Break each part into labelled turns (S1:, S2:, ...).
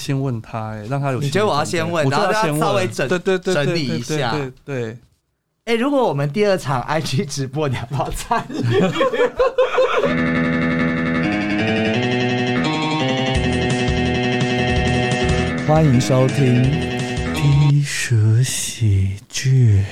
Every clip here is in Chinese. S1: 先问他、欸，让他有心
S2: 你
S1: 理准备。
S2: 觉得我要先问
S1: 我就
S2: 然后
S1: 要
S2: 让他
S1: 先
S2: 稍
S1: 问
S2: 微整
S1: 对对对对
S2: 整理
S1: 对
S2: 一
S1: 对
S2: 下
S1: 对对，
S2: 哎、如果我们第二场 IG 直播，你要不要参与？欢迎收听，
S1: 医学喜剧。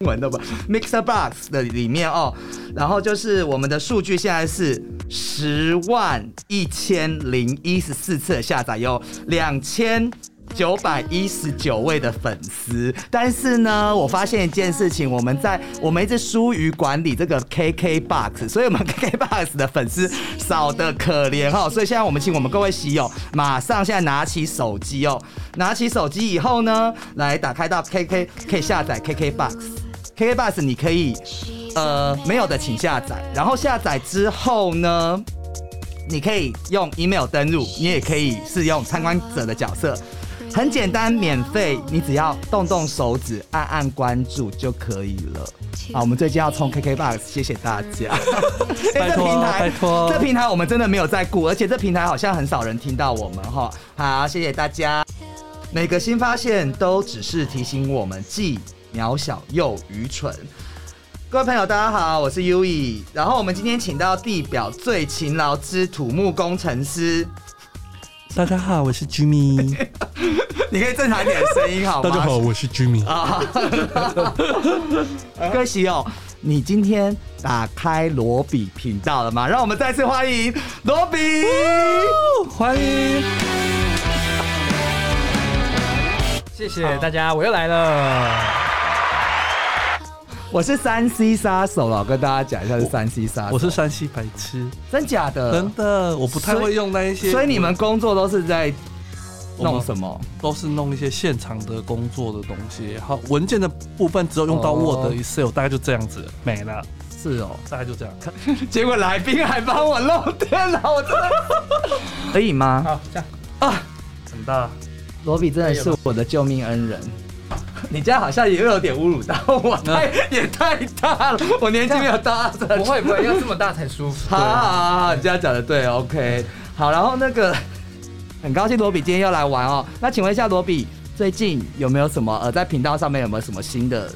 S2: 闻的吧，Mixer Box 的里面哦。然后就是我们的数据现在是十万一千零一十四次的下载，有两千。九百一十九位的粉丝，但是呢，我发现一件事情，我们在我们一直疏于管理这个 KK Box，所以我们 KK Box 的粉丝少的可怜哈、哦，所以现在我们请我们各位喜友马上现在拿起手机哦，拿起手机以后呢，来打开到 KK 可以下载 KK Box。KK Bus 你可以，呃，没有的请下载，然后下载之后呢，你可以用 email 登录，你也可以是用参观者的角色，很简单，免费，你只要动动手指，按按关注就可以了。好，我们最近要冲 KK Bus，谢谢大家。
S1: 嗯 拜托
S2: 哎这平台
S1: 拜托
S2: 这平台我们真的没有在顾，而且这平台好像很少人听到我们哈。好，谢谢大家。每个新发现都只是提醒我们既渺小又愚蠢。各位朋友，大家好，我是 U E。然后我们今天请到地表最勤劳之土木工程师，
S1: 大家好，我是 Jimmy。
S2: 你可以正常一点的声音好吗？
S1: 大家好，我是 Jimmy。
S2: 啊！各位喜友，你今天打开罗比频道了吗？让我们再次欢迎罗比。
S1: 欢迎。
S3: 谢谢大家，我又来了。
S2: 我是三 C 杀手了，我跟大家讲一下是三 C 杀手。
S1: 我是山西白痴，
S2: 真假的？
S1: 真的，我不太会用那一些，
S2: 呃所以你们工作都是在
S1: 我们
S2: 弄什么？
S1: 都是弄一些现场的工作的东西，好，文件的部分只有用到
S2: 哦
S1: Word、Excel，大概就这样子，没了，
S2: 是哦，
S1: 大概就这样。
S2: 结果来宾还帮我弄电脑，我真的可以吗？
S3: 好，这样
S2: 啊，
S1: 很大，
S2: 罗比真的是我的救命恩人。你这样好像也有点侮辱到我，太也太大了，我年纪没有到这。
S3: 不会不会，要这么大才舒服。
S2: 好好好好，你这样讲的对，OK。好，然后那个很高兴罗比今天要来玩哦。那请问一下罗比，最近有没有什么呃在频道上面有没有什么新的？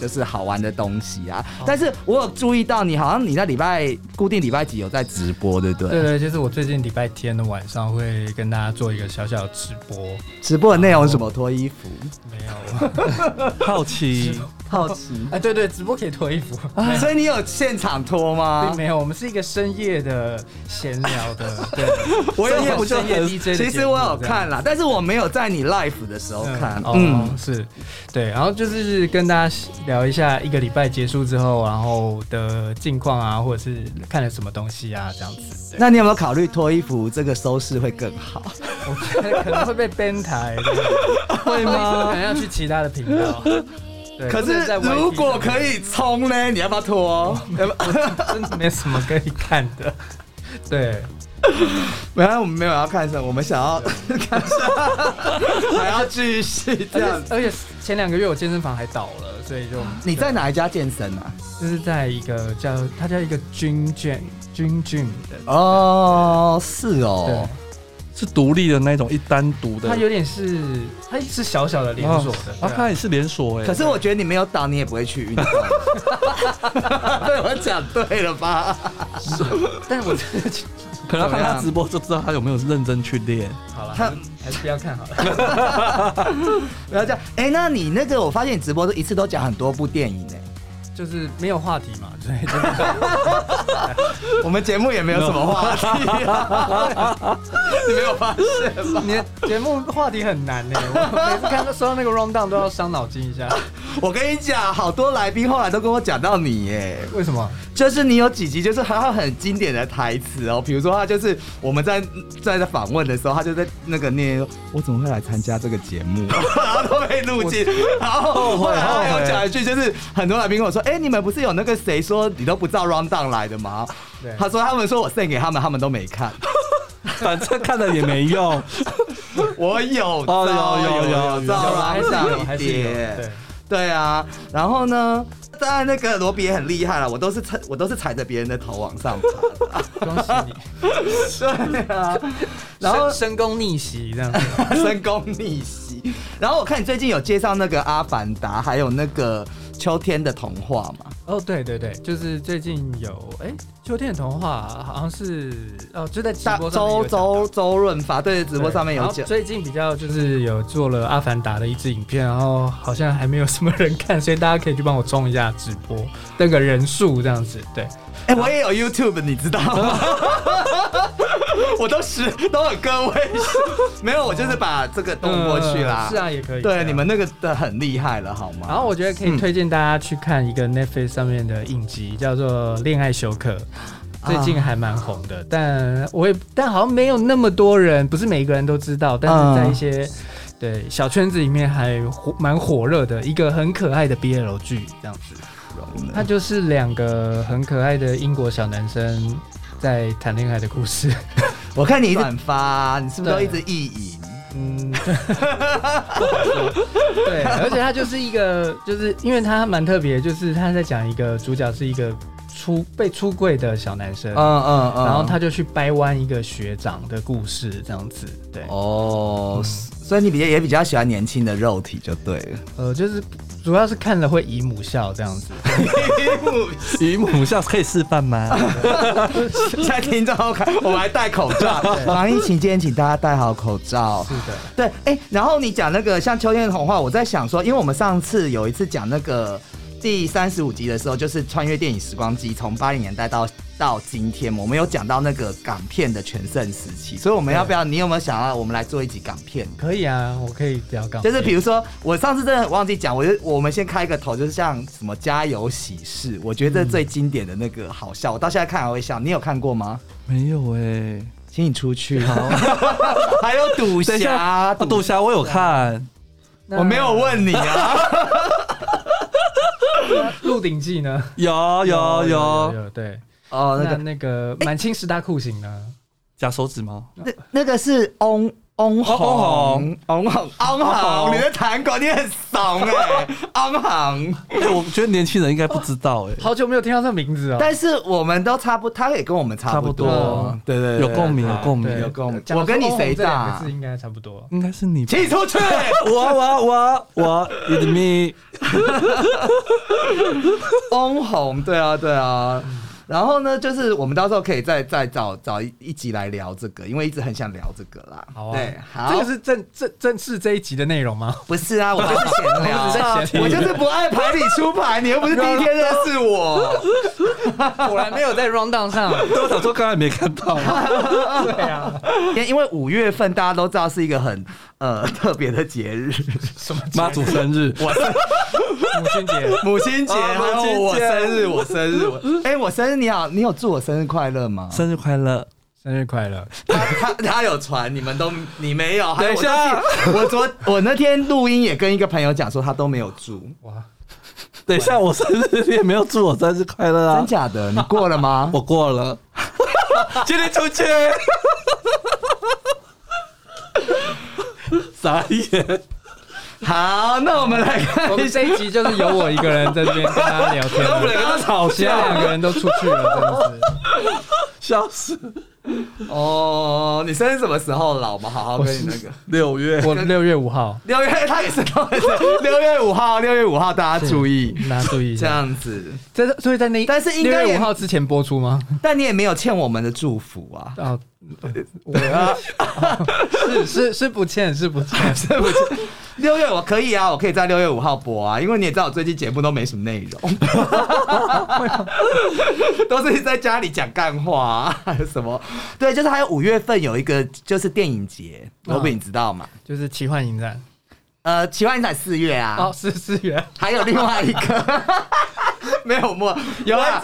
S2: 就是好玩的东西啊！但是我有注意到你好像你在礼拜固定礼拜几有在直播，对不对？
S3: 对对，就是我最近礼拜天的晚上会跟大家做一个小小的直播，
S2: 直播的内容是什么？脱衣服，
S3: 没 有？
S1: 好 奇，
S2: 好奇。哎
S3: 哎，对对，直播可以脱衣服，哎
S2: 所以你有现场脱吗
S3: 并？没有，我们是一个深夜的闲聊的， 对，
S2: 我有
S3: 深夜
S2: 我就
S3: 深夜
S2: 很
S3: DJ 的
S2: 其
S3: 节
S2: 实
S3: 目
S2: 我有
S3: 这样
S2: 看啦，但是我没有在你 live 的时候看。
S3: 嗯，哦，是，对，然后就是跟大家聊一下一个礼拜结束之后，然后的近况啊，或者是看了什么东西啊，这样子。对，
S2: 那你有没有考虑脱衣服这个收视会更好？
S3: 我觉得可能会被 ban 台， 会吗？可能要去其他的频 道。对
S2: 可
S3: 不能
S2: 是
S3: 在 YT
S2: 如果
S3: 上面
S2: 可以冲呢，你要不要脱？要不，
S3: 真的没什么可以看的。 对，
S2: 本来我 们没有要看什么，我们想要 看什么，还要继续这样
S3: 而。且而且啊前两个月我健身房还倒了，所以就
S2: 你在哪一家健身啊？
S3: 就是在一个叫它叫一个军卷军 gym 的，
S2: 哦，是
S3: 对
S2: 哦，，
S1: 是独立的那种，一单独的
S3: 它。有点是它是小小的连锁的，
S1: 啊，它
S3: 对啊
S1: 也是连锁哎。
S2: 可是我觉得你没有倒，你也不会去运动。 对我讲对了吧？
S3: 但 是我真的觉
S1: 可能看
S2: 怎么
S1: 他
S2: 样
S1: 直播就知道他有没有认真去练。
S3: 得好了，
S2: 它
S3: 还是不要看好了。
S2: 不要这样。哎，那你那个，我发现你直播都一次都讲很多部电影欸呢。
S3: 就是没有话题嘛，所以 真的
S2: 我们节目也没有什么话题啊，你没有发现吗？
S3: 你的节目话题很难呢、 我每次看到收到那个 round down 都要伤脑筋一下，
S2: 我跟你讲，好多来宾后来都跟我讲到你耶，
S3: 为什么？
S2: 就是你有几集就是还有很经典的台词哦，比如说他就是我们在在在访问的时候，他就在那个念我怎么会来参加这个节目，然后都被录进，然后后来他还有讲一句，就是很多来宾跟我说，哎、你们不是有那个谁说你都不照 round down 来的吗？
S3: 对，
S2: 他说他们说我 send 给他们，他们都没看，
S1: 反正看了也没用。
S2: 我有照，
S1: 哦有有有有
S2: 照
S3: 还是
S2: round
S3: 有
S2: down
S3: 还
S2: 一
S3: 是有
S2: 点。
S3: 对。
S2: 对啊，然后呢，当然那个罗比也很厉害了，我都是踩我都是踩着别人的头往上爬的。
S3: 恭喜你，
S2: 对啊，然后
S3: 深深宫逆袭这样子。
S2: 深宫逆袭。然后我看你最近有介绍那个《阿凡达》，还有那个《秋天的童话》嘛？
S3: 哦，对对对，就是最近有哎，秋天的童话好像是哦，就在直
S2: 大
S3: 播上面有
S2: 周
S3: 讲
S2: 周
S3: 到。
S2: 周润发对直播上面有
S3: 然后
S2: 讲，
S3: 最近比较就是有做了《阿凡达》的一支影片，然后好像还没有什么人看，所以大家可以去帮我冲一下直播那个人数这样子。对，
S2: 哎、我也有 YouTube，你知道吗？ 我都十都有个位数，没有，我就是把这个弄过去啦。
S3: 呃是啊，也可以。
S2: 对，
S3: 啊
S2: 你们。那个的很厉害了，好吗？
S3: 然后我觉得可以推荐大家去看一个 Netflix 上面的影集，叫做《恋爱休克》，最近还蛮红的，但我也但好像没有那么多人，不是每一个人都知道，但是在一些、对小圈子里面还火蛮火热的一个很可爱的 BL 剧这样子。它就是两个很可爱的英国小男生在谈恋爱的故事。
S2: 我看你一直转发，你是不是都
S3: 对
S2: 一直意淫？
S3: 嗯， 对，而且他就是一个，就是因为他蛮特别，就是他在讲一个主角是一个出被出柜的小男生，
S2: 嗯嗯
S3: 然后他就去掰弯一个学长的故事，这样子，对，
S2: 哦，所以你比较也比较喜欢年轻的肉体就对了。
S3: 呃，就是主要是看了会姨母笑这样子，
S1: 姨母下可以示范吗？
S2: 现 在听众看，我们还戴口罩， 防疫期间请大家戴好口罩。
S3: 是的，
S2: 对，哎、然后你讲那个像秋天的童话，我在想说，因为我们上次有一次讲那个第三十五集的时候，就是穿越电影时光机，从八零年代到到今天，我们有讲到那个港片的全盛时期，所以我们要不要？你有没有想要我们来做一集港 片？
S3: 可以啊，我可以不要告，
S2: 就是比如说，我上次真的很忘记讲，我就我们先开一个头，就是像什么《家有喜事》，我觉得最经典的那个好笑，我到现在看还会笑。你有看过吗？
S1: 没有哎、
S2: 请你出去。 还有赌
S1: 等一
S2: 侠
S1: 下，，赌侠哦我有看，
S3: 那
S2: 我没有问你啊。
S3: 《鹿鼎记》呢，哦
S1: 有有有，
S3: 有，对，
S2: 哦，那个
S3: 那那个满清十大酷刑呢，
S1: 假手指吗？
S2: 那那个是翁翁红
S1: 红
S2: 翁红翁
S1: 翁
S2: 红，
S1: 红
S2: 你的弹管你很怂哎， 翁红。
S1: 哎，我觉得年轻人应该不知道哎、
S3: 好久没有听到这名字哦，
S2: 但是我们都差不，他也跟我们差不
S1: 差不
S2: 多
S1: 多，
S2: 对对，对
S1: 有共鸣，
S2: 对
S1: 有共鸣，
S3: 对
S2: 有共鸣。
S3: 讲
S2: 我跟你
S3: 说
S2: 谁啊
S3: 哦这两
S2: 大
S3: 个字？应该差不多。
S1: 应该是你吧。
S2: 请你出去。
S1: 我我我我，it me，
S2: 翁红，对啊，对啊。然后呢，就是我们到时候可以再再找找一一集来聊这个，因为一直很想聊这个啦。
S3: 好啊
S2: 对，好，
S3: 这个是正正正式这一集的内容吗？
S2: 不是啊？我就是闲
S3: 我只是在闲
S2: 聊，
S3: 聊
S2: 我就是不按牌理出牌，你又不是第一天认识 我。
S3: 果然没有在 round down 上。
S1: 我想说刚才没看到，
S3: 对啊，
S2: 因因为五月份大家都知道是一个很呃特别的节日，
S3: 什么
S1: 妈祖生日，
S3: 母亲节？
S2: 母亲节，
S1: 啊
S2: 还有
S1: 母
S2: 我
S1: 亲节
S2: 生日，我生日，我 哎、我生日你好，你有祝我生日快乐吗？
S1: 生日快乐！
S3: 生日快乐！
S2: 他他他有传，你们都你没有。还有
S1: 等一下
S2: 我昨天，我昨我那天录音也跟一个朋友讲说他都没有祝，
S3: 哇，
S1: 等一下，我生日你也没有祝我生日快乐啊
S2: 真！假的？你过了吗？
S1: 我过了，今天出去， 傻眼。
S2: 好，那我们来看
S3: 我
S2: 一
S3: 们
S2: 下，
S3: 这一集就是由我一个人在这边跟大家聊天
S1: 我们
S3: 了，
S1: 两个都吵
S3: 其他两
S1: 架，
S3: 个人都出去了，真的是。
S1: 笑死！
S2: 哦，你生日什么时候啦？我们好好跟你那个。
S1: 六月
S3: 我六月五号，
S2: 六月，他也是六月 六月五号，六月五号大家注意
S3: 大家注意一
S2: 这
S3: 下。
S2: 样子，
S3: 这所以在那，
S2: 但是应该也
S3: 六月五号之前播出吗？
S2: 但你也没有欠我们的祝福啊。
S3: 哦，我 是是是不欠， 是不欠。
S2: 对不起，六月我可以啊，我可以在六月五号播啊，因为你也知道我最近节目都没什么内 容，都是在家里讲干话、啊，还有什么？对，就是还有五月份有一个就是电影节，罗比你知道吗？
S3: 就是奇幻影展
S2: 呃，奇幻影展四月啊，
S3: 哦，是四元。
S2: 还有另外一个 没有默有啊，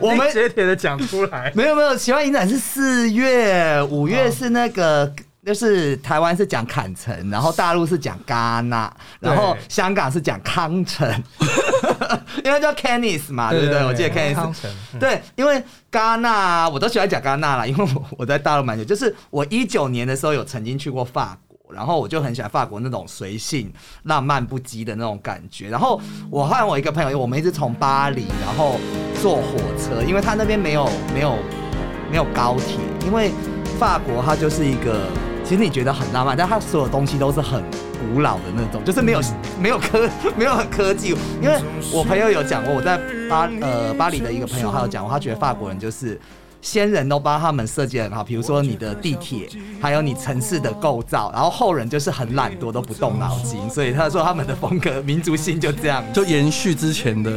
S2: 我
S3: 我
S2: 们
S3: 们节铁的讲出来，
S2: 没有没有，奇幻影展是四月，五月是那个。
S3: 哦
S2: 就是台湾是讲坎城，然后大陆是讲戛纳，然后
S3: 对
S2: 香港是讲康城， 因为叫 Canis 嘛，对不对？我记得 Canis
S3: 康。城，嗯
S2: 对，因为戛纳 啊我都喜欢讲戛纳啦，因为我我在大陆蛮久，就是我一九年的时候有曾经去过法国，然后我就很喜欢法国那种随性、浪漫不羁的那种感觉。然后我和我一个朋友，我们一直从巴黎，然后坐火车，因为他那边没有没有没有高铁，因为法国它就是一个，其实你觉得很浪漫，但它所有东西都是很古老的那种，就是没有没有科 没有很科技。因为我朋友有讲过，我在巴呃巴黎的一个朋友，他有讲过，他觉得法国人就是。先人都帮他们设计得很好，比如说你的地铁，还有你城市的构造，然后后人就是很懒惰，都不动脑筋，所以他说他们的风格民族性就这样子
S1: 就延续之前的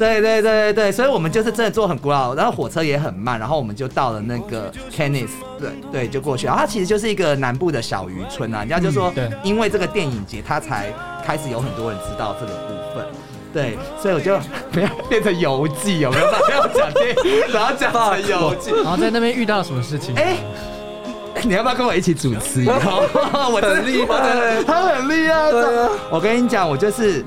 S2: 对对对对对，所以我们就是真的坐很古老，然后火车也很慢，然后我们就到了那个 Canis，对对，就过去。然后它其实就是一个南部的小渔村啊，人家就说
S3: 嗯对，
S2: 因为这个电影节，它才开始有很多人知道这个部分。对，所以我就不要变成游记，有没 有？不要讲电影，然后讲成游记。
S3: 然后在那边遇到什么事情？
S2: 哎、你要不要跟我一起主持以 后？我很厉害，他很厉害。我跟你讲，我就是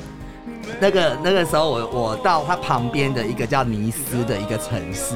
S2: 那个那个时候我，我到他旁边的一个叫尼斯的一个城市，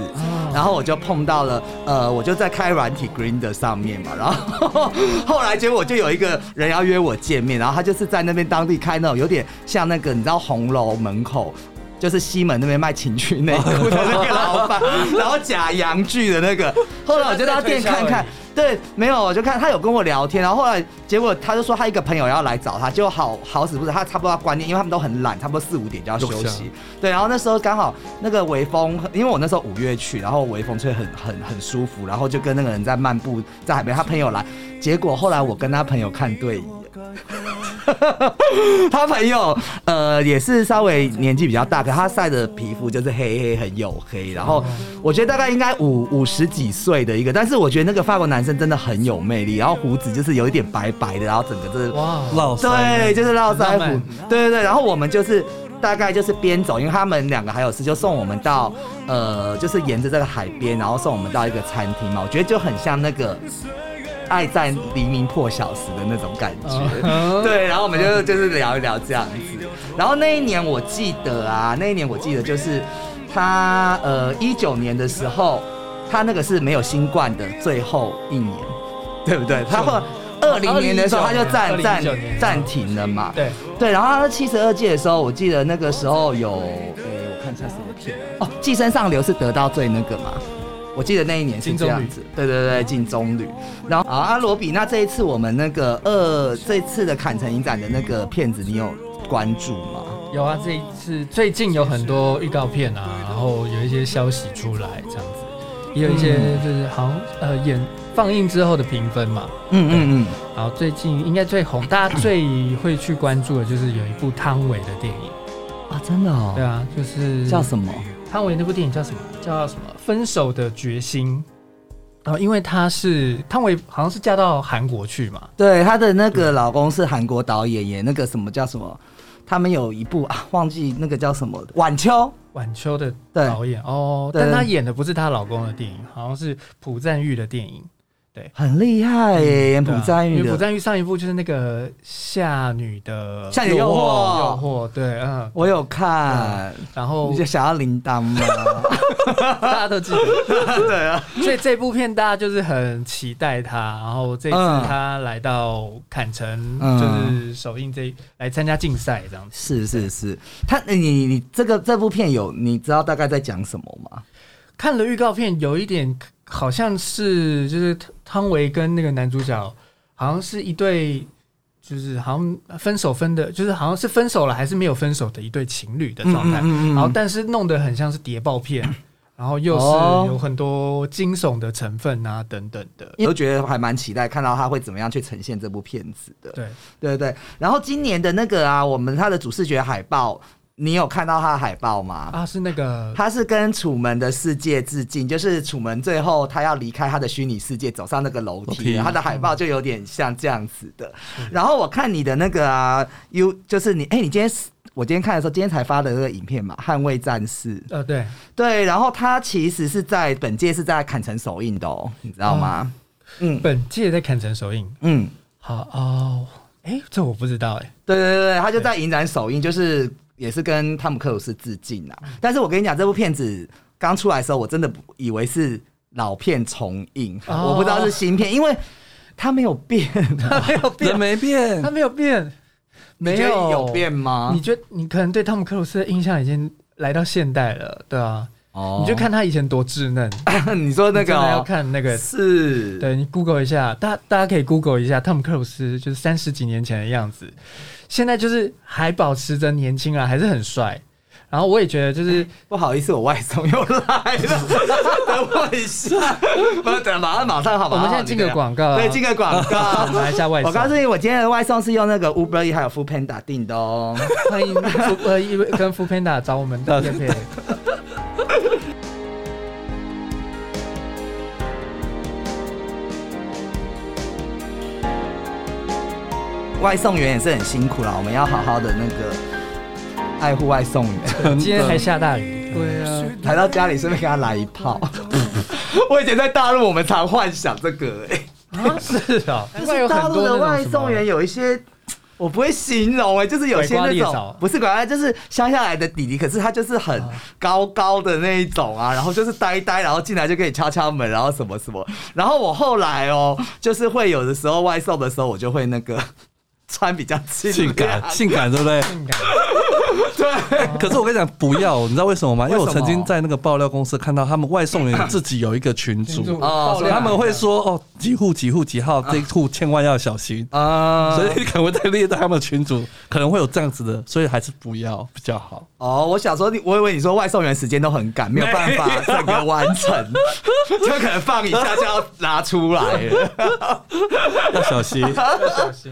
S2: 然后我就碰到了，呃，我就在开软体 Green 的上面嘛，然后后来结果就有一个人要约我见面，然后他就是在那边当地开那种有点像那个你知道红楼门口。就是西门那边卖情趣内裤的那个老板，然后假洋剧的那个。后来我就到店看看，对，没有，我就看他有跟我聊天，然后后来结果他就说他一个朋友要来找他，就好好死不死，他差不多要关店，因为他们都很懒，差不多四五点就要休
S1: 就下
S2: 息。对，然后那时候刚好那个微风，因为我那时候五月去，然后微风吹很很很舒服，然后就跟那个人在漫步在海边，他朋友来，结果后来我跟他朋友看对眼。 他朋友呃也是稍微年纪比较大，可他晒的皮肤就是黑黑很黝黑，然后我觉得大概应该五五十几岁的一个，但是我觉得那个法国男生真的很有魅力，然后胡子就是有一点白白的，然后整个就是
S3: 哇，
S1: 老
S2: 对，就是络腮
S3: 浪
S2: 胡
S3: 漫，
S2: 对对对。然后我们就是大概就是边走，因为他们两个还有事，就送我们到呃，就是沿着这个海边，然后送我们到一个餐厅嘛。我觉得就很像那个《爱在黎明破晓时》的那种感觉。
S3: 嗯
S2: 对，然后我们就就是聊一聊这样子。然后那一年我记得啊，那一年我记得就是他呃一九年的时候，他那个是没有新冠的最后一年，对不对？他后二零年的
S3: 哦
S2: 时候他就暂暂
S3: 2019年
S2: 暂停了嘛，
S3: 对，
S2: 对，然后他七十二届的时候，我记得那个时候有，呃，我看一下什么片啊？哦，《寄生上流》是得到最那个嘛？我记得那一年是这样子，对对对，金棕榈。然后啊，阿罗比，那这一次我们那个呃，这次的坎城影展的那个片子，你有关注吗？
S3: 有啊，这一次最近有很多预告片啊，然后有一些消息出来，这样子，也有一些就是好像呃演放映之后的评分嘛。
S2: 嗯嗯嗯，
S3: 然后最近应该最红，大家最会去关注的就是有一部汤唯的电影，
S2: 啊，真的哦
S3: 对，啊，就是
S2: 叫什么？
S3: 汤唯那部电影叫什么？叫什么？分手的决心。然后因为她是汤唯，好像是嫁到韩国去嘛，
S2: 对，她的那个老公是韩国导演耶，那个什么叫什么？他们有一部啊，忘记那个叫什么，晚秋。
S3: 晚秋的
S2: 对
S3: 导演哦，
S2: 对
S3: 但她演的不是她老公的电影，好像是朴赞玉的电影。
S2: 很厉害耶，演朴
S3: 对啊
S2: 赞玉
S3: 因为
S2: 的
S3: 朴。赞玉上一部就是那个《夏女的
S2: 夏女诱惑
S3: 诱惑，对，嗯，
S2: 我有看，
S3: 然后
S2: 你 就想要铃铛吗？
S3: 大家都记 得，
S2: 对啊，
S3: 所以这部片大家就是很期待他。然后这次
S2: 嗯
S3: 他来到坎城，
S2: 嗯
S3: 就是首映这来参加竞赛这样 子。
S2: 是是是，他你你这个这部片有你知道大概在讲什么吗？
S3: 看了预告片，有一点好像是就是汤唯跟那个男主角好像是一对。就是好像分手分的，就是好像是分手了还是没有分手的一对情侣的状态，
S2: 嗯
S3: 然后但是弄得很像是谍报片，然后又是
S2: 哦
S3: 有很多惊悚的成分啊等等的。
S2: 我都觉得还蛮期待看到他会怎么样去呈现这部片子的。
S3: 对，
S2: 对对对，然后今年的那个啊，我们他的主视觉海报，你有看到他的海报吗？
S3: 啊，是那个
S2: 他是跟《楚门的世界》致敬，就是楚门最后他要离开他的虚拟世界，走上那个楼
S1: 楼
S2: 梯，
S1: 梯
S2: 他的海报就有点像这样子的。然后我看你的那个啊，U 就是你，哎、你今天是我今天看的时候，今天才发的那个影片嘛，《捍卫战士》
S3: 呃，对，
S2: 对，然后他其实是在本届是在坎城首映的哦，你知道吗？嗯
S3: 本届在坎城首映。
S2: 嗯，
S3: 好哦，哎，这我不知道 哎。
S2: 对对对，他就在影展首映，就是也是跟汤姆克鲁斯致敬啊。但是我跟你讲，这部片子刚出来的时候，我真的不以为是老片重映，
S3: 哦
S2: 我不知道是新片，因为他没有变，
S3: 他没有
S1: 人
S3: 变，
S1: 没变
S3: 他，没有变， 没
S2: 你觉得
S3: 有
S2: 有变吗？
S3: 你觉得你可能对汤姆克鲁斯的印象已经来到现代了，对啊，
S2: 哦
S3: 你就看他以前多稚嫩，
S2: 你说那个
S3: 你真的要
S2: 哦
S3: 看那个
S2: 是，
S3: 对你 Google 一下，大大家可以 Google 一下，汤姆克鲁斯就是三十几年前的样子，现在就是还保持着年轻啊，还是很帅。然后我也觉得，就是
S2: 不好意思，我外送又来了， 等我一下，我等马上马上好
S3: 我
S2: 吧？
S3: 们现在进个广告啊，
S2: 对，进个广
S3: 我
S2: 告。
S3: 们来一下 外送。
S2: 我告诉你，我今天的外送是用那个 Uber E 还有 Food Panda 订的哦。
S3: 欢迎福呃，因为跟 f o o Panda 找 我们的叶配。
S2: 外送员也是很辛苦啦，我们要好好的那个爱护外送 员。
S3: 今天还下大雨，对啊，
S2: 来到家里顺便给他来一 炮。我以前在大陆，我们常幻想这个、欸，
S3: 啊是啊，难
S2: 就
S3: 怪有
S2: 是大
S3: 很
S2: 陆
S3: 多
S2: 的
S3: 那
S2: 外
S3: 种什
S2: 送员
S3: 么
S2: 有一些。我不会形容哎、欸就是有些
S3: 拐瓜
S2: 那
S3: 裂
S2: 种
S3: 枣哦
S2: 不是拐瓜，就是乡下来的弟弟，可是他就是很高高的那一种啊，然后就是呆呆，然后进来就可以敲敲门，然后什么什么。然后我后来哦、就是会有的时候外送的时候，我就会那个 穿比较清
S1: 性
S2: 凉
S1: 感，性感，对不对？
S3: 性感，
S1: 可是我跟你讲，不要，你知道为什么吗？因为我
S2: 为什么
S1: 曾经在那个爆料公司看到他们外送员自己有一个群组，啊
S2: 哦
S3: 爆
S2: 所以
S3: 料
S1: 他们会说哦，几户几户几号，这一户千万要小心。
S2: 啊
S1: 所以你可能会在列在他们群组，可能会有这样子的，所以还是不要比较好。
S2: 哦，我想说你，我以为你说外送员时间都很赶，没有办法整个完成，就可能放一下就要拿出来 了。
S1: 要小心。
S3: 小心。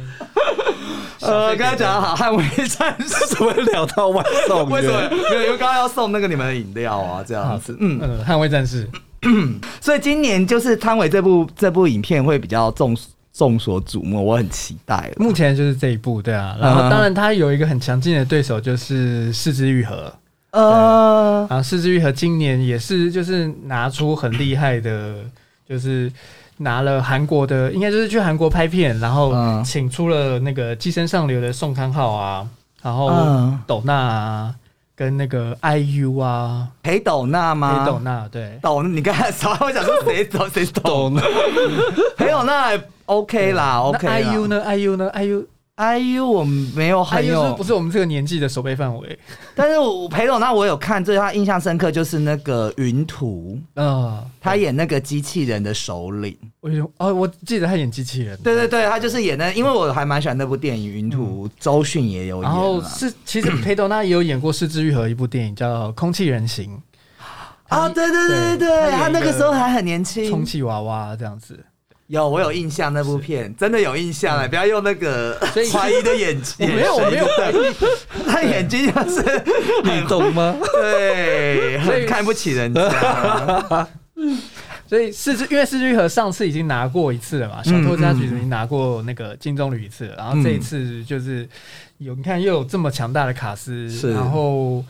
S2: 呃，刚才讲的好，捍卫战士
S1: 怎么会聊到外送
S2: 为什么
S1: 员？？
S2: 没有，因为刚刚要送那个你们的饮料啊，这样子。嗯，
S3: 嗯，捍卫战士，
S2: 所以今年就是汤唯这部这部影片会比较众众所瞩目，我很期待了。
S3: 目前就是这一部，对
S2: 嗯
S3: 啊。然后当然他有一个很强劲的对手就是四肢愈合，
S2: 呃，
S3: 啊，四肢愈合今年也是就是拿出很厉害的，就是拿了韩国的，应该就是去韩国拍片，然后
S2: 嗯
S3: 请出了那个《寄生上流》的宋康昊啊，然后
S2: 嗯
S3: 斗娜啊，跟那个 IU 啊，
S2: 裴斗娜吗？
S3: 黑斗娜对。
S2: 斗，你刚才啥？我想说谁斗 谁斗？
S1: 懂 了，
S2: 裴斗娜还 OK 啦
S3: 那
S2: ，OK 啊啦。
S3: IU 呢？IU 呢？IU，IU
S2: IU 哎我没有很
S3: 是
S2: 有，
S3: 不是不是我们这个年纪的手背范围？
S2: 但是我裴斗娜我有看，对她印象深刻就是那个云图，
S3: 嗯，
S2: 她演那个机器人的首领。
S3: 我有哦，我记得他演机器人，
S2: 对对对，嗯她就是演那，因为我还蛮喜欢那部电影《云图》，周迅也有演
S3: 然后
S2: 啊。
S3: 是其 实裴斗娜也有演过《失之愈合》一部电影叫《空气人形》。
S2: 啊，对对对对
S3: 对
S2: 对，
S3: 她
S2: 她
S3: 演
S2: 那个
S3: 一个
S2: 时候还很年
S3: 充
S2: 轻。
S3: 气娃娃这样 子。
S2: 有，我有印象那部片，真的有印象哎了。不要用那个
S3: 所以
S2: 怀疑的眼睛，
S3: 我没有，我没有怀疑，
S2: 他眼睛 就是
S1: 你懂吗？
S2: 对，
S3: 所以
S2: 很看不起人 家。
S3: 所以四只，因为四只和上次已经拿过一次了嘛，小偷家局已经拿过那个金棕榈一次了，然后这一次就是有你看又有这么强大的卡斯，
S2: 是
S3: 然后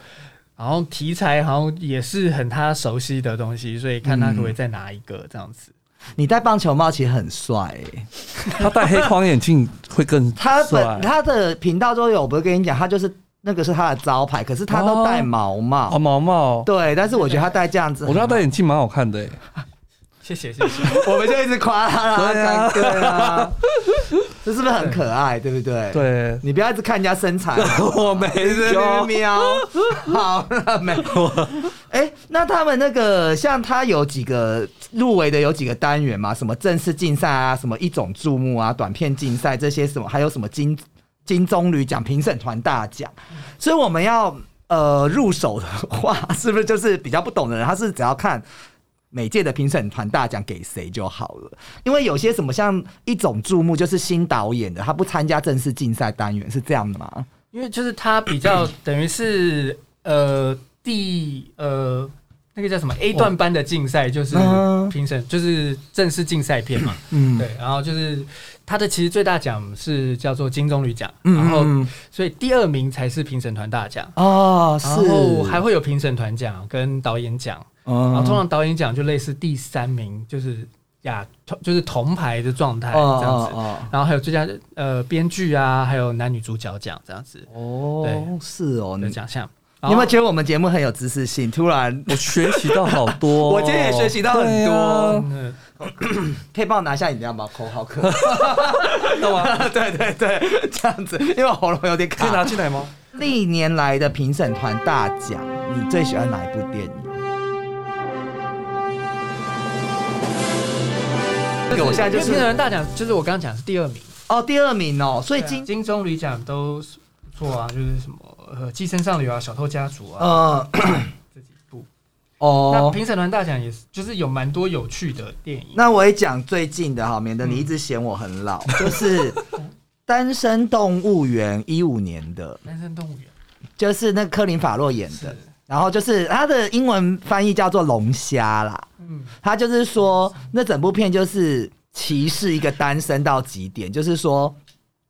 S3: 然后题材好像也是很他熟悉的东西，所以看他可不可以再拿一个这样子。
S2: 你戴棒球帽其实很帅欸，
S1: 他戴黑框眼镜会更
S2: 他
S1: 帅
S2: 本。他的频道都有，我不是跟你讲，他就是那个是他的招牌，可是他都戴毛帽。
S1: 哦，毛毛，
S2: 对，但是我觉得他戴这样子，
S1: 我觉得他戴眼镜蛮好看的欸。
S3: 谢谢谢谢，
S2: 我们就一直夸他啦，
S1: 对啊
S2: 对啊，这是不是很可爱？对不对？，
S1: 对，
S2: 你不要一直看人家 身材，
S1: 我没
S2: 一 直在那边
S1: 有。
S2: 瞄。好了 没？哎、那他们那个像他有几个入围的有几个单元嘛？什么正式竞赛啊，什么一种注目啊，短片竞赛这些什么，还有什么金金棕榈奖、评审团大奖，所以我们要呃入手的话，是不是就是比较不懂的人，他是只要看。每届的评审团大奖给谁就好了，因为有些什么像一种注目就是新导演的，他不参加正式竞赛单元是这样的吗？
S3: 因为就是他比较 等于是呃第呃那个叫什么 A 段班的竞赛，就是
S2: 哦嗯
S3: 评审就是正式竞赛片嘛。
S2: 嗯，
S3: 对，然后就是他的其实最大奖是叫做金棕榈奖，
S2: 嗯
S3: 然后
S2: 嗯
S3: 所以第二名才是评审团大奖，
S2: 哦，
S3: 然后还
S2: 会，
S3: 会有评审团奖跟导演奖，然后
S2: 嗯
S3: 通常导演奖就类似第三名就是亚就是铜牌的状态
S2: 哦
S3: 这样子，
S2: 哦
S3: 然后还有最佳呃编剧啊，还有男女主角奖这样子
S2: 哦，哦是哦，
S3: 的
S2: 你
S3: 奖项。
S2: 你有没有觉得我们节目很有知识性？突然，
S1: 我学习到好多，
S2: 我今天也学习到很
S1: 对
S2: 多
S1: 啊。
S3: 嗯
S2: 可以帮我拿下饮料吗？口好渴。
S1: 啊干嘛？
S2: 对对对，这样子，因为我喉咙有点
S1: 可以拿
S2: 卡。
S1: 进来吗？
S2: 历年来的评审团大奖，你最喜欢哪一部电影？对，我现在就
S3: 因为评审
S2: 是
S3: 人大奖，就是我刚刚讲是第二名，
S2: 哦，第二名哦，所以
S3: 对啊
S2: 今
S3: 金棕榈奖都不错啊，就是什么呃《寄生上流》啊，《小偷家族》啊，
S2: 呃
S3: 这几部。那
S2: 哦，
S3: 评审团大奖也是，就是有蛮多有趣的电影。
S2: 那我也讲最近的哈，免得你一直嫌我很老，就是《单身动物园》一五年的，
S3: 男生动物园
S2: 就是那科林法洛演的，
S3: 是，
S2: 然后就是它的英文翻译叫做龙虾啦。
S3: 嗯，
S2: 他就是说，那整部片就是歧视一个单身到极点，就是说。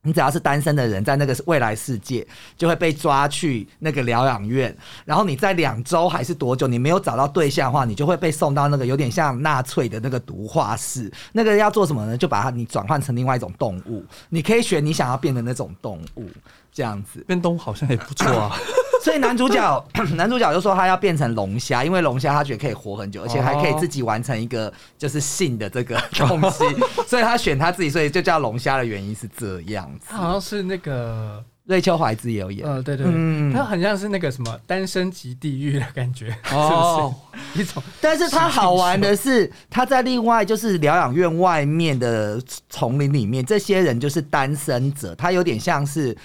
S2: 你只要是单身的人，在那个未来世界就会被抓去那个疗养院，然后你在两周还是多久，你没有找到对象的话，你就会被送到那个有点像纳粹的那个毒化室。那个要做什么呢？就把它你转换成另外一种动物，你可以选你想要变的那种动物，这样子。
S1: 变东好像也不错啊，
S2: 所以男主角 男主角就说他要变成龙虾，因为龙虾他觉得可以活很久，而且还可以自己完成一个就是性的这个东西，所以他选他自己，所以就叫龙虾的原因是这样子。
S3: 他好像是那个
S2: 瑞秋怀兹也有演，
S3: 呃，对对对，
S2: 嗯，
S3: 它很像是那个什么单身级地狱的感觉，
S1: 哦
S3: 是 不是？一种
S2: 但是他好玩的是，他在另外就是疗养院外面的丛林里面，这些人就是单身者，他有点像是。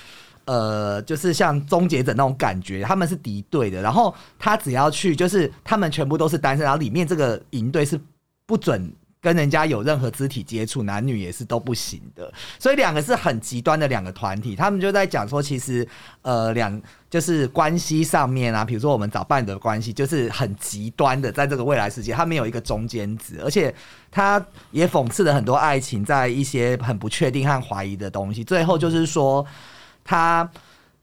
S2: 呃，就是像终结者那种感觉，他们是敌对的。然后他只要去，就是他们全部都是单身，然后里面这个营队是不准跟人家有任何肢体接触，男女也是都不行的。所以两个是很极端的两个团体，他们就在讲说，其实呃两就是关系上面啊，比如说我们找伴侣的关系，就是很极端的，在这个未来世界，它没有一个中间值，而且它也讽刺了很多爱情在一些很不确定和怀疑的东西。最后就是说，他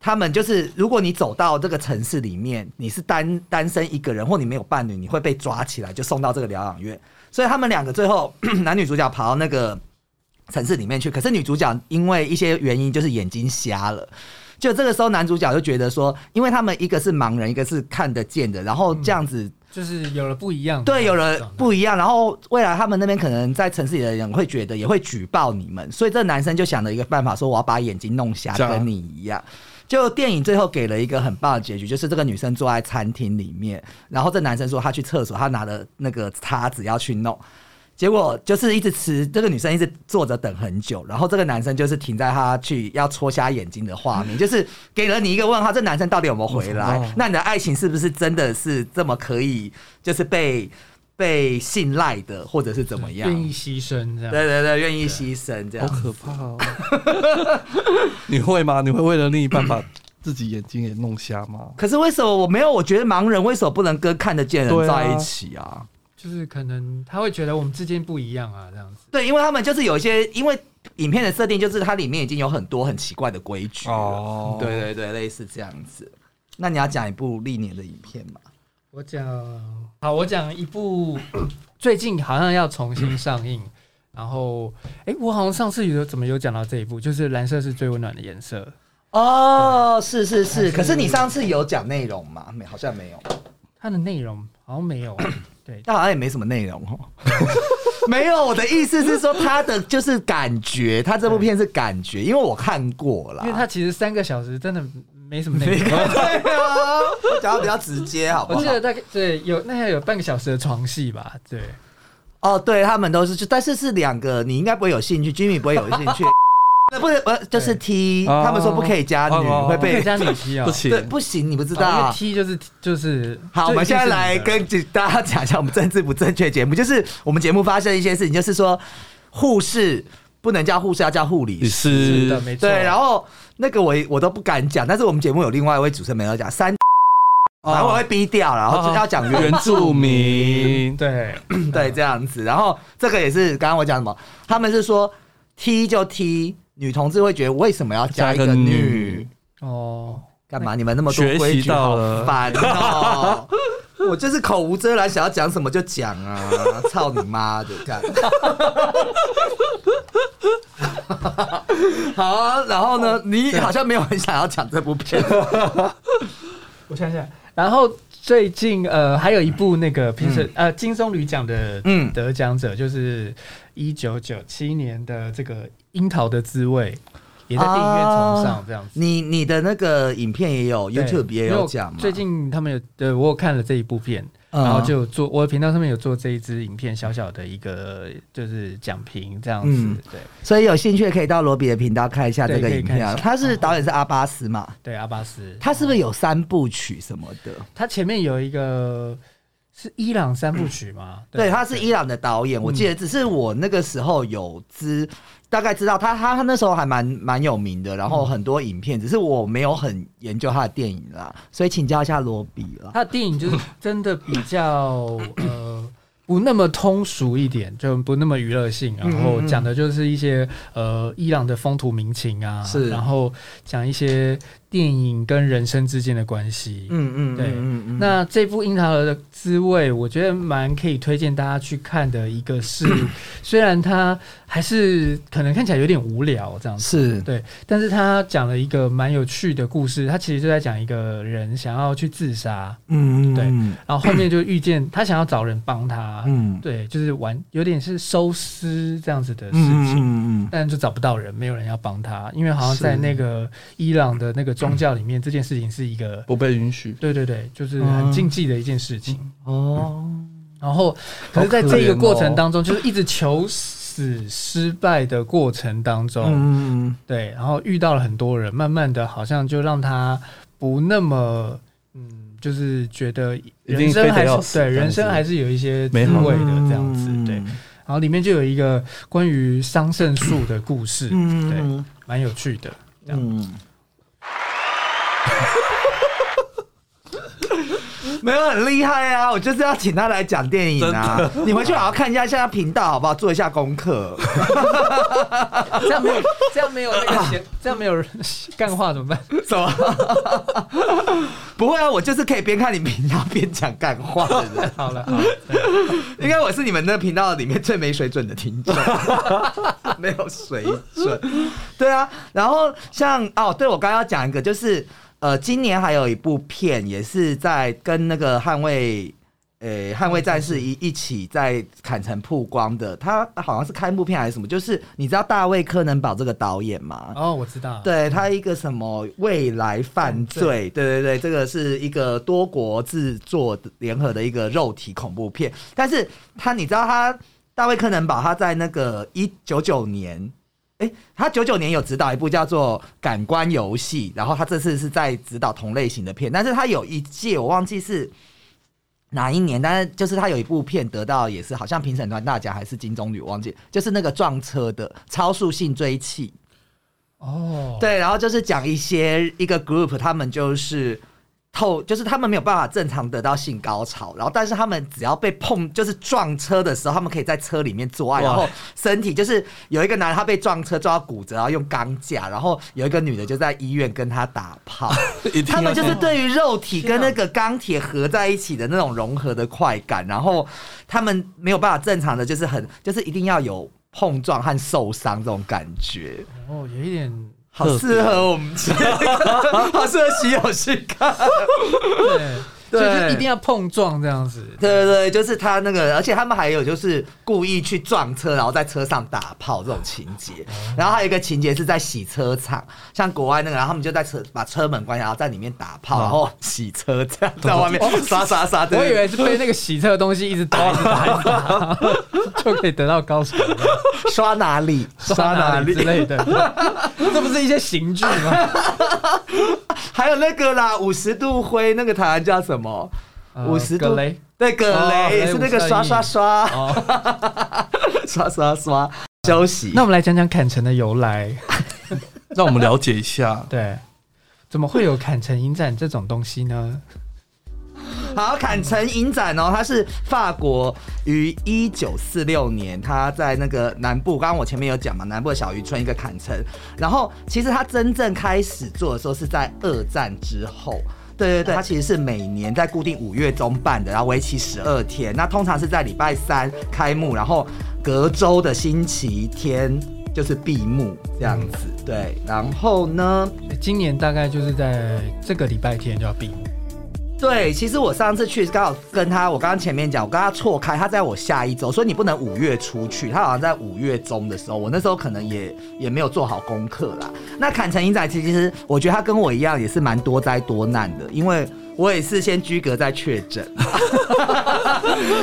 S2: 他们就是，如果你走到这个城市里面，你是单单身一个人，或你没有伴侣，你会被抓起来，就送到这个疗养院。所以他们两个最后 男女主角跑到那个城市里面去，可是女主角因为一些原因就是眼睛瞎了。就这个时候，男主角就觉得说，因为他们一个是盲人，一个是看得见的，然后这样子
S3: 就是有了不一样的
S2: 对，有人
S3: 状态
S2: 不一样。然后未来他们那边可能在城市里的人会觉得也会举报你们，所以这男生就想了一个办法，说我要把眼睛弄瞎，
S1: 这样
S2: 跟你一样。就电影最后给了一个很棒的结局，就是这个女生坐在餐厅里面，然后这男生说他去厕所，他拿了那个叉子要去弄。结果就是一直吃，这个女生一直坐着等很久，然后这个男生就是停在他去要戳瞎眼睛的画 面，就是给了你一个问号：这男生到底有没有回来
S1: 哦？
S2: 那你的爱情是不是真的是这么可以，就是被被信赖的，或者是怎么样？
S3: 愿意牺牲这样。
S2: 对对 对，愿啊意牺牲这
S1: 好
S2: 样。
S1: 可怕哦。 你会吗？你会为了另一半把自己眼睛也弄瞎吗？
S2: 可是为什么我没有？我觉得盲人为什么不能跟看得见人
S1: 对啊
S2: 在一起啊？
S3: 就是可能他会觉得我们之间不一样啊，这样子。
S2: 对，因为他们就是有一些，因为影片的设定就是它里面已经有很多很奇怪的规矩了
S1: 哦
S2: 对对对，类似这样子。那你要讲一部历年的影片吗？
S3: 我讲好，我讲一部最近好像要重新上映，然后哎、诶我好像上次有怎么有讲到这一部，就是蓝色是最温暖的颜色。
S2: 哦，是是是，可是你上次有讲内容吗？没，好像没有，
S3: 它的内容好像没有，对，
S2: 但好像也没什么内容哦。 没有，我的意思是说，他的就是感觉，他这部片是感觉，因为我看过了。
S3: 因为它其实三个小时真的没什么 内
S2: 对
S3: 容。
S2: 啊，我讲的比较直接，好不
S3: 我
S2: 好
S3: 记？得大概对有那还有半个小时的床戏吧，对，
S2: 哦，对他们都是，就但是是两个，你应该不会有兴趣，Jimmy 不会有兴趣。 那不是呃，就是 T，
S1: 哦
S2: 他们说不可以加女，
S1: 哦哦
S2: 会
S1: 哦
S3: 不可以
S2: 被
S3: 加女踢啊、
S1: 不行
S2: 对，不行，你不知
S3: 因
S2: 道
S3: 为。T 就是就是。
S2: 好，
S3: 就
S2: 我们现在来
S3: 一定是
S2: 跟大家讲一下我们政治不正确节目，就是我们节目发生一些事情，就是说护士不能叫护士，要叫护理
S1: 你
S2: 师。
S3: 你的是的，
S1: 是
S3: 没
S2: 嗯
S3: 错。
S2: 对，然后那个我也我都不敢讲，但是我们节目有另外一位主持人没有讲三，
S1: 哦
S2: 啊然后我会逼掉，然后就要讲原
S1: 原啊住民，
S3: 对，
S2: 对，这样子。然后这个也是刚刚我讲什么，他们是说踢就踢，女同志会觉得为什么要加一个
S1: 加个
S2: 女
S1: 女？
S3: 哦，
S2: 干嘛？你们那么多规
S1: 学
S2: 矩，
S1: 习到
S2: 好
S1: 了
S2: 烦哦！我就是口无遮拦，想要讲什么就讲啊！操你妈的，干！ 好啊，然后呢？你好像没有很想要讲这部片。
S3: 我想想，然后最近呃还有一部那个评审、呃金棕榈奖的
S2: 嗯
S3: 得奖者，就是一九九七年的这个《樱桃的滋味》，也在电影院重上这样子。
S2: 你你的那个影片也有
S3: 对
S2: 啊，YouTube 也
S3: 因为
S2: 有
S3: 我
S2: 讲嘛？
S3: 最近他们有对我有看了这一部片，
S2: 嗯
S3: 然后就做我的频道上面有做这一支影片小小的一个就是讲评这样子，
S2: 嗯
S3: 对
S2: 所以有兴趣的可以到罗比的频道看一下这个
S3: 对可以
S2: 影片
S3: 看
S2: 啊。
S3: 一下
S2: 他是导演是阿巴斯嘛？
S3: 对阿巴斯，
S2: 他是不是有三部曲什么的？
S3: 他前面有一个是伊朗三部曲吗？
S2: 对，他是伊朗的导演，我记
S3: 嗯
S2: 得，只是我那个时候有知，大概知道他，他他那时候还蛮蛮有名的，然后很多影片，只是我没有很研究他的电影啦，所以请教一下罗比啦。
S3: 他的电影就是真的比较呃 不那么通俗一点，就不那么娱乐性，
S2: 嗯
S3: 然后讲的就是一些呃伊朗的风土民情啊，
S2: 是
S3: 然后讲一些电影跟人生之间的关系。
S2: 嗯嗯，
S3: 对
S2: 嗯嗯
S3: 那这部《樱桃的滋味》，我觉得蛮可以推荐大家去看的一 个是，虽然它还是可能看起来有点无聊这样子，
S2: 是
S3: 对，但是他讲了一个蛮有趣的故事，他其实就在讲一个人想要去自杀，
S2: 嗯
S3: 对
S2: 嗯
S3: 然后后面就遇见他想要找人帮他，
S2: 嗯
S3: 对，就是玩有点是收尸这样子的事
S2: 嗯
S3: 情，
S2: 嗯嗯
S3: 但就找不到人，没有人要帮他，因为好像
S2: 是
S3: 在那个伊朗的那个宗教里面，这件事情是一个。
S1: 不被允许。
S3: 对对对，就是很禁忌的一件事情。
S2: 哦，
S3: 然后，可是在这个过程当中，就是一直求死失败的过程当中，
S2: 嗯嗯
S3: 对，然后遇到了很多人，慢慢的好像就让他不那么，嗯，就是觉得人生还
S1: 非得要
S3: 是
S1: 死
S3: 对
S1: 这样
S3: 人生
S1: 子
S3: 还是有一些滋
S1: 美好
S3: 味的这样子，对。
S2: 嗯
S3: 然后里面就有一个关于桑葚树的故事，对，
S2: 嗯
S3: 蛮有趣的。这样
S2: 嗯。 没有很厉害啊，我就是要请他来讲电影啊。你回去好好看一下现在频道好不好？做一下功课。
S3: 啊这样没有，这样没有那个 闲，这样没有人干话怎么办？
S2: 什么？ 不会啊，我就是可以边看你频道边讲干话的人。
S3: 好 了，好了对
S2: 应该我是你们那频道里面最没水准的听众，没有水准。对啊，然后像哦，对我刚刚要讲一个，就是呃，今年还有一部片也是在跟那个捍卫。呃，捍卫战士一一起在坎城曝光的，他好像是开幕片还是什么，就是你知道大卫柯能堡这个导演吗？
S3: 哦，我知道，
S2: 对他一个什么未来嗯犯罪，对对对，这个是一个多国制作的联合的一个肉体恐怖片，但是他你知道他大卫柯能堡他在那个一九九年。诶，他九九年有指导一部叫做《感官游戏》，然后他这次是在指导同类型的片，但是他有一届我忘记是哪一年，但是就是他有一部片得到也是好像评审团大奖还是金棕榈，我忘记，就是那个撞车的超速性追气，
S3: 哦，，
S2: 对，然后就是讲一些一个 group，他们就是透，就是他们没有办法正常得到性高潮，然后但是他们只要被碰，就是撞车的时候，他们可以在车里面做爱，
S1: 哇
S2: 然后身体就是有一个男的他被撞车撞到骨折，然后用钢架，然后有一个女的就在医院跟他打 炮，
S1: 一定要
S2: 他们就是
S1: 看
S2: 对于肉体
S3: 啊天
S2: 跟
S3: 啊
S2: 那个钢铁合在一起的那种融合的快感，然后他们没有办法正常的，就是很就是一定要有碰撞和受伤这种感觉。
S3: 哦，有一点，
S2: 好适合我们 这个，好适合喜友去看。
S3: 对，所以就
S2: 对
S3: 一定要碰撞这样子，
S2: 对对对，就是他那个，而且他们还有就是故意去撞车，然后在车上打炮这种情节。
S3: 哦
S2: 然后还有一个情节是在洗车场，像国外那个，然后他们就在车把车门关下，然后在里面打
S3: 哦
S2: 炮，然后洗车这样在外面刷刷刷。对
S3: 我以为是被那个洗车的东西一 直打，一直打，一直打，就可以得到高潮，
S2: 刷哪里？
S3: 刷哪里之类的。这不是一些刑具吗？
S2: 还有那个啦，五十度灰那个台湾叫什么？
S3: 呃
S2: 五十
S3: 葛
S2: 度
S3: 雷
S2: 对葛
S3: 哦
S2: 雷
S3: 葛雷
S2: 是那个
S3: 52
S2: 刷刷刷
S3: 哦，
S2: 刷刷刷休息。
S3: 那我们来讲讲坎城的由来。。
S1: 让我们了解一下
S3: 对，怎么会有坎城影展这种东西呢？
S2: 好，坎城影展哦，它是法国于一九四六年，它在那个南部，刚刚我前面有讲嘛，南部的小渔村一个坎城。然后其实它真正开始做的时候是在二战之后。对对对，它其实是每年在固定五月中办的，然后为期十二天。那通常是在礼拜三开幕，然后隔周的星期天就是闭幕这样子。对，然后呢，
S3: 今年大概就是在这个礼拜天就要闭幕，
S2: 对，其实我上次去刚好跟他，我刚刚前面讲，我跟他错开，他在我下一周，所以你不能五月出去，他好像在五月中的时候，我那时候可能也也没有做好功课啦。那坎城影展其实我觉得他跟我一样也是蛮多灾多难的，因为我也是先居隔再确诊。啊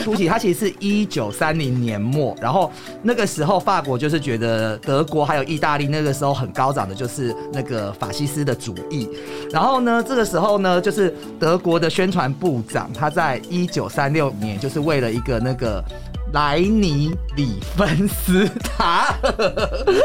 S2: 突起，它其实是一九三零年末，然后那个时候法国就是觉得德国还有意大利那个时候很高涨的就是那个法西斯的主义，然后呢，这个时候呢，就是德国的宣传部长他在一九三六年就是为了一个那个。莱尼里芬斯塔，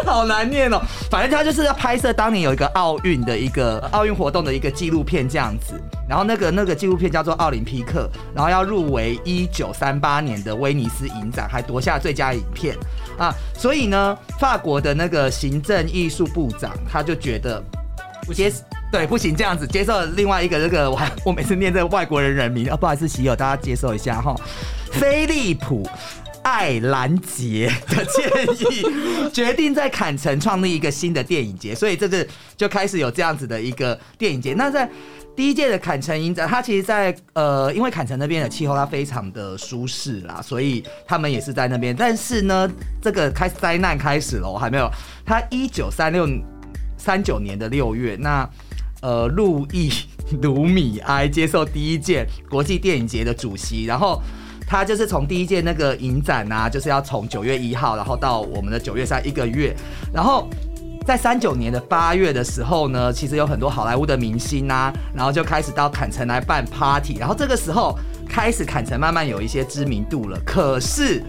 S2: 好难念哦。反正他就是要拍摄当年有一个奥运的一个奥运活动的一个纪录片这样子，然后那个那个纪录片叫做《奥林匹克》，然后要入围一九三八年的威尼斯影展，还夺下最佳影片啊。所以呢，法国的那个行政艺术部长他就觉得不接。对，不行，这样子接受另外一个这个，我还我每次念这个外国人人名啊，不好意思，喜友，大家接受一下哈。菲利普·艾兰杰的建议，决定在坎城创立一个新的电影节，所以这次就开始有这样子的一个电影节。那在第一届的坎城影展，它其实在呃，因为坎城那边的气候它非常的舒适啦，所以他们也是在那边。但是呢，这个开灾难开始了，我还没有。它一九三六三九年的六月，那呃，路易 卢米埃接受第一届国际电影节的主席，然后他就是从第一届那个影展啊，就是要从九月一号，然后到我们的九月三一个月，然后。在三九年的八月的时候呢，其实有很多好莱坞的明星啊，然后就开始到坎城来办 party，然后这个时候开始坎城慢慢有一些知名度了。可是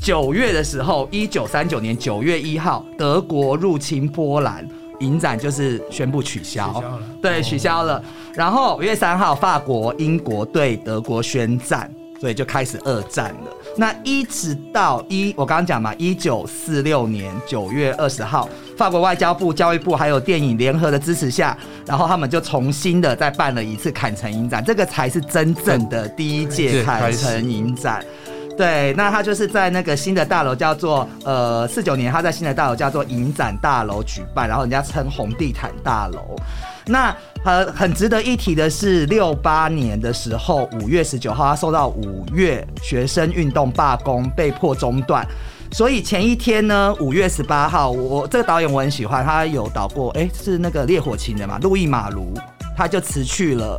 S2: 九月的时候，一九三九年九月一号，德国入侵波兰，影展就是宣布取消，
S3: 取消了
S2: 对，取消了。然后五月三号，法国、英国对德国宣战，所以就开始二战了。那一直到一，我刚刚讲嘛，一九四六年九月二十号，法国外交部、教育部还有电影联合的支持下，然后他们就重新的再办了一次坎城影展，这个才是真正的第一届坎城影展。对，那他就是在那个新的大楼叫做呃四九年，他在新的大楼叫做影展大楼举办，然后人家称红地毯大楼。那很很值得一提的是，六八年的时候，五月十九号，他受到五月学生运动罢工被迫中断，所以前一天呢，五月十八号，我这个导演我很喜欢，他有导过，哎、是那个《烈火情人》嘛，路易马卢，他就辞去了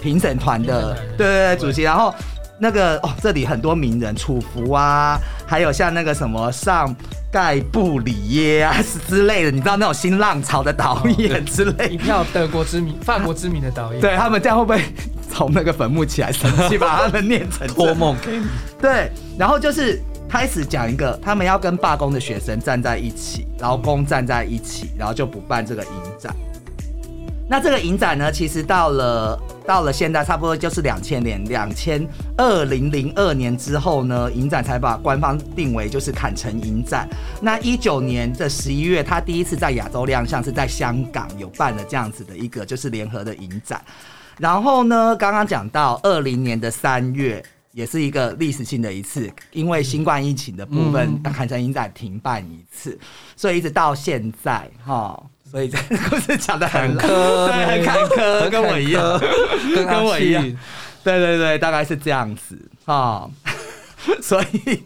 S2: 评审团的
S3: 评审团的
S2: 对对对主席，然后。那个哦，这里很多名人，楚服啊，还有像那个什么上盖布里耶啊之类的，你知道那种新浪潮的导演之类的
S3: 一票德国 知名、法国知名的导演，
S2: 哎对他们这样会不会从那个坟墓起来生气，把他们念成
S1: 托梦给你，
S2: 对，然后就是开始讲一个，他们要跟罢工的学生站在一起，劳工站在一起，然后就不办这个影展。那这个影展呢，其实到了到了现在，差不多就是两千年、两千二零零二年之后呢，影展才把官方定为就是坎城影展。那一九年的十一月，他第一次在亚洲亮相，是在香港有办了这样子的一个就是联合的影展。然后呢，刚刚讲到二零年的三月，也是一个历史性的一次，因为新冠疫情的部分，
S1: 嗯
S2: 坎城影展停办一次，所以一直到现在哈。所以这 故事讲的很
S1: 坎坷
S2: 对，很坎坷，
S1: 很
S2: 跟我一样，
S1: 坎坷，跟
S2: 跟我
S1: 阿
S2: 一样
S1: 气
S2: 对对对，大概是这样子啊。 所以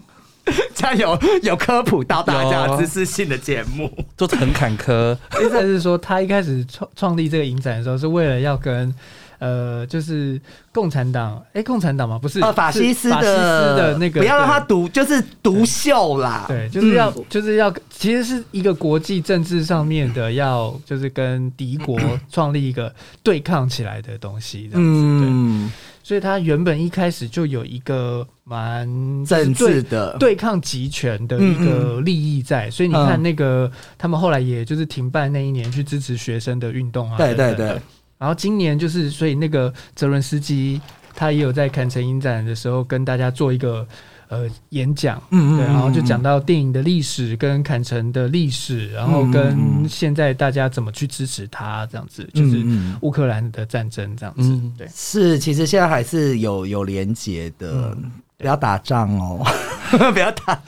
S2: 这样有有科普到大家
S1: 有
S2: 知识性的节目，
S1: 就是很坎 坷，
S3: 意思是说，他一开始创创立这个影展的时候，是为了要跟呃，就是共产党，哎、共产党吗？不是，
S2: 呃，法西斯
S3: 是法西斯的那个，
S2: 不要让他
S3: 对。
S2: 独，就是独秀啦。
S3: 对，就是要，
S2: 嗯
S3: 就是要，其实是一个国际政治上面的，要就是跟敌国创立一个对抗起来的东西的。
S2: 嗯，
S3: 所以他原本一开始就有一个蛮就是
S2: 政治
S3: 对
S2: 嗯的
S3: 对抗集权的一个利益在，所以你看那个、他们后来也就是停办那一年去支持学生的运动啊，
S2: 对对
S3: 等等的
S2: 对。
S3: 然后今年就是，所以那个泽伦斯基他也有在坎城影展的时候跟大家做一个呃演讲，
S2: 嗯
S3: 对，然后就讲到电影的历史跟坎城的历史，然后
S2: 嗯嗯
S3: 跟
S2: 嗯
S3: 现在大家怎么去支持他这样子，就是
S2: 嗯嗯
S3: 乌克兰的战争这样子，
S1: 嗯
S3: 对。
S2: 是，其实现在还是有有连结的，
S3: 嗯
S2: 不要打仗哦， 不要打，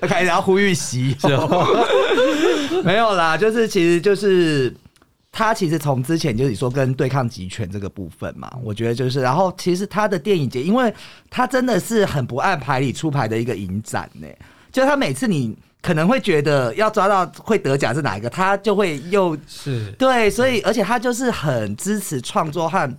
S2: 开
S1: 啊
S2: 始要呼吁席、哦，没有啦，就是其实就是。他其实从之前就是你说跟对抗集权这个部分嘛，我觉得就是，然后其实他的电影节，因为他真的是很不按牌理出牌的一个影展呢、就他每次你可能会觉得要抓到会得奖是哪一个，他就会又
S3: 是
S2: 对，所以而且他就是很支持创作和。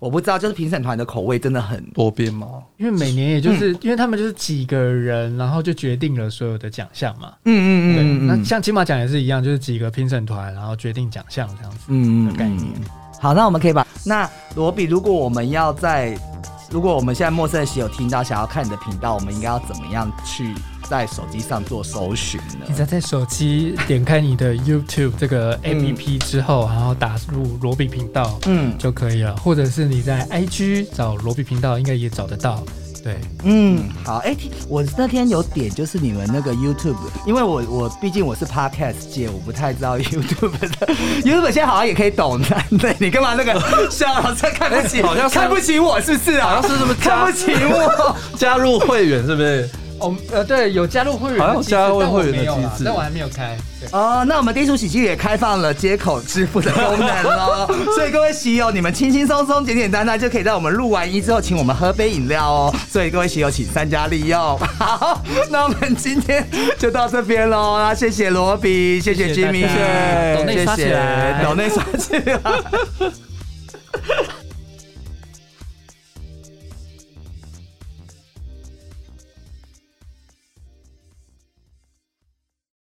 S2: 我不知道，就是评审团的口味真的很
S1: 多变嘛，
S3: 因为每年也就是、
S2: 嗯
S3: 因为他们就是几个人，然后就决定了所有的奖项嘛。对，
S2: 嗯
S3: 那像金马奖也是一样，就是几个评审团，然后决定奖项这样子。
S2: 嗯
S3: 的概念
S2: 好，那我们可以把那罗比，如果我们要在，如果我们现在陌生的喜友听到想要看你的频道，我们应该要怎么样去在手机上做搜寻呢
S3: 你？只要在手机点开你的 YouTube 这个 APP 之后，然后打入罗比频道
S2: 嗯
S3: 就可以了，或者是你在 IG 找罗比频道，应该也找得到。对，
S2: 嗯，好，哎、听我那天有点就是你们那个 YouTube，因为我我毕竟我是 Podcast 界，我不太知道 YouTube 的 YouTube 现在好像也可以懂的，对你干嘛那个笑，老师看不起，
S1: 好像是
S2: 看不起我是不是啊？
S1: 好像是这么加
S2: 看不起我？
S1: 加入会员是不是？
S3: 哦，呃，对，有加入会员
S1: 好像有加入会员的机制
S3: 但我没有啦但我还没有开。对
S2: 哦，那我们低俗喜剧也开放了接口支付的功能 喽，所以各位喜友，你们轻轻松松、简简单单就可以在我们录完音之后，请我们喝杯饮料哦。所以各位喜友，请三家利用。好，那我们今天就到这边喽，那谢谢罗比，谢谢
S3: 谢谢大
S2: Jimmy，
S3: 家抖内刷起来
S2: 抖内刷起来。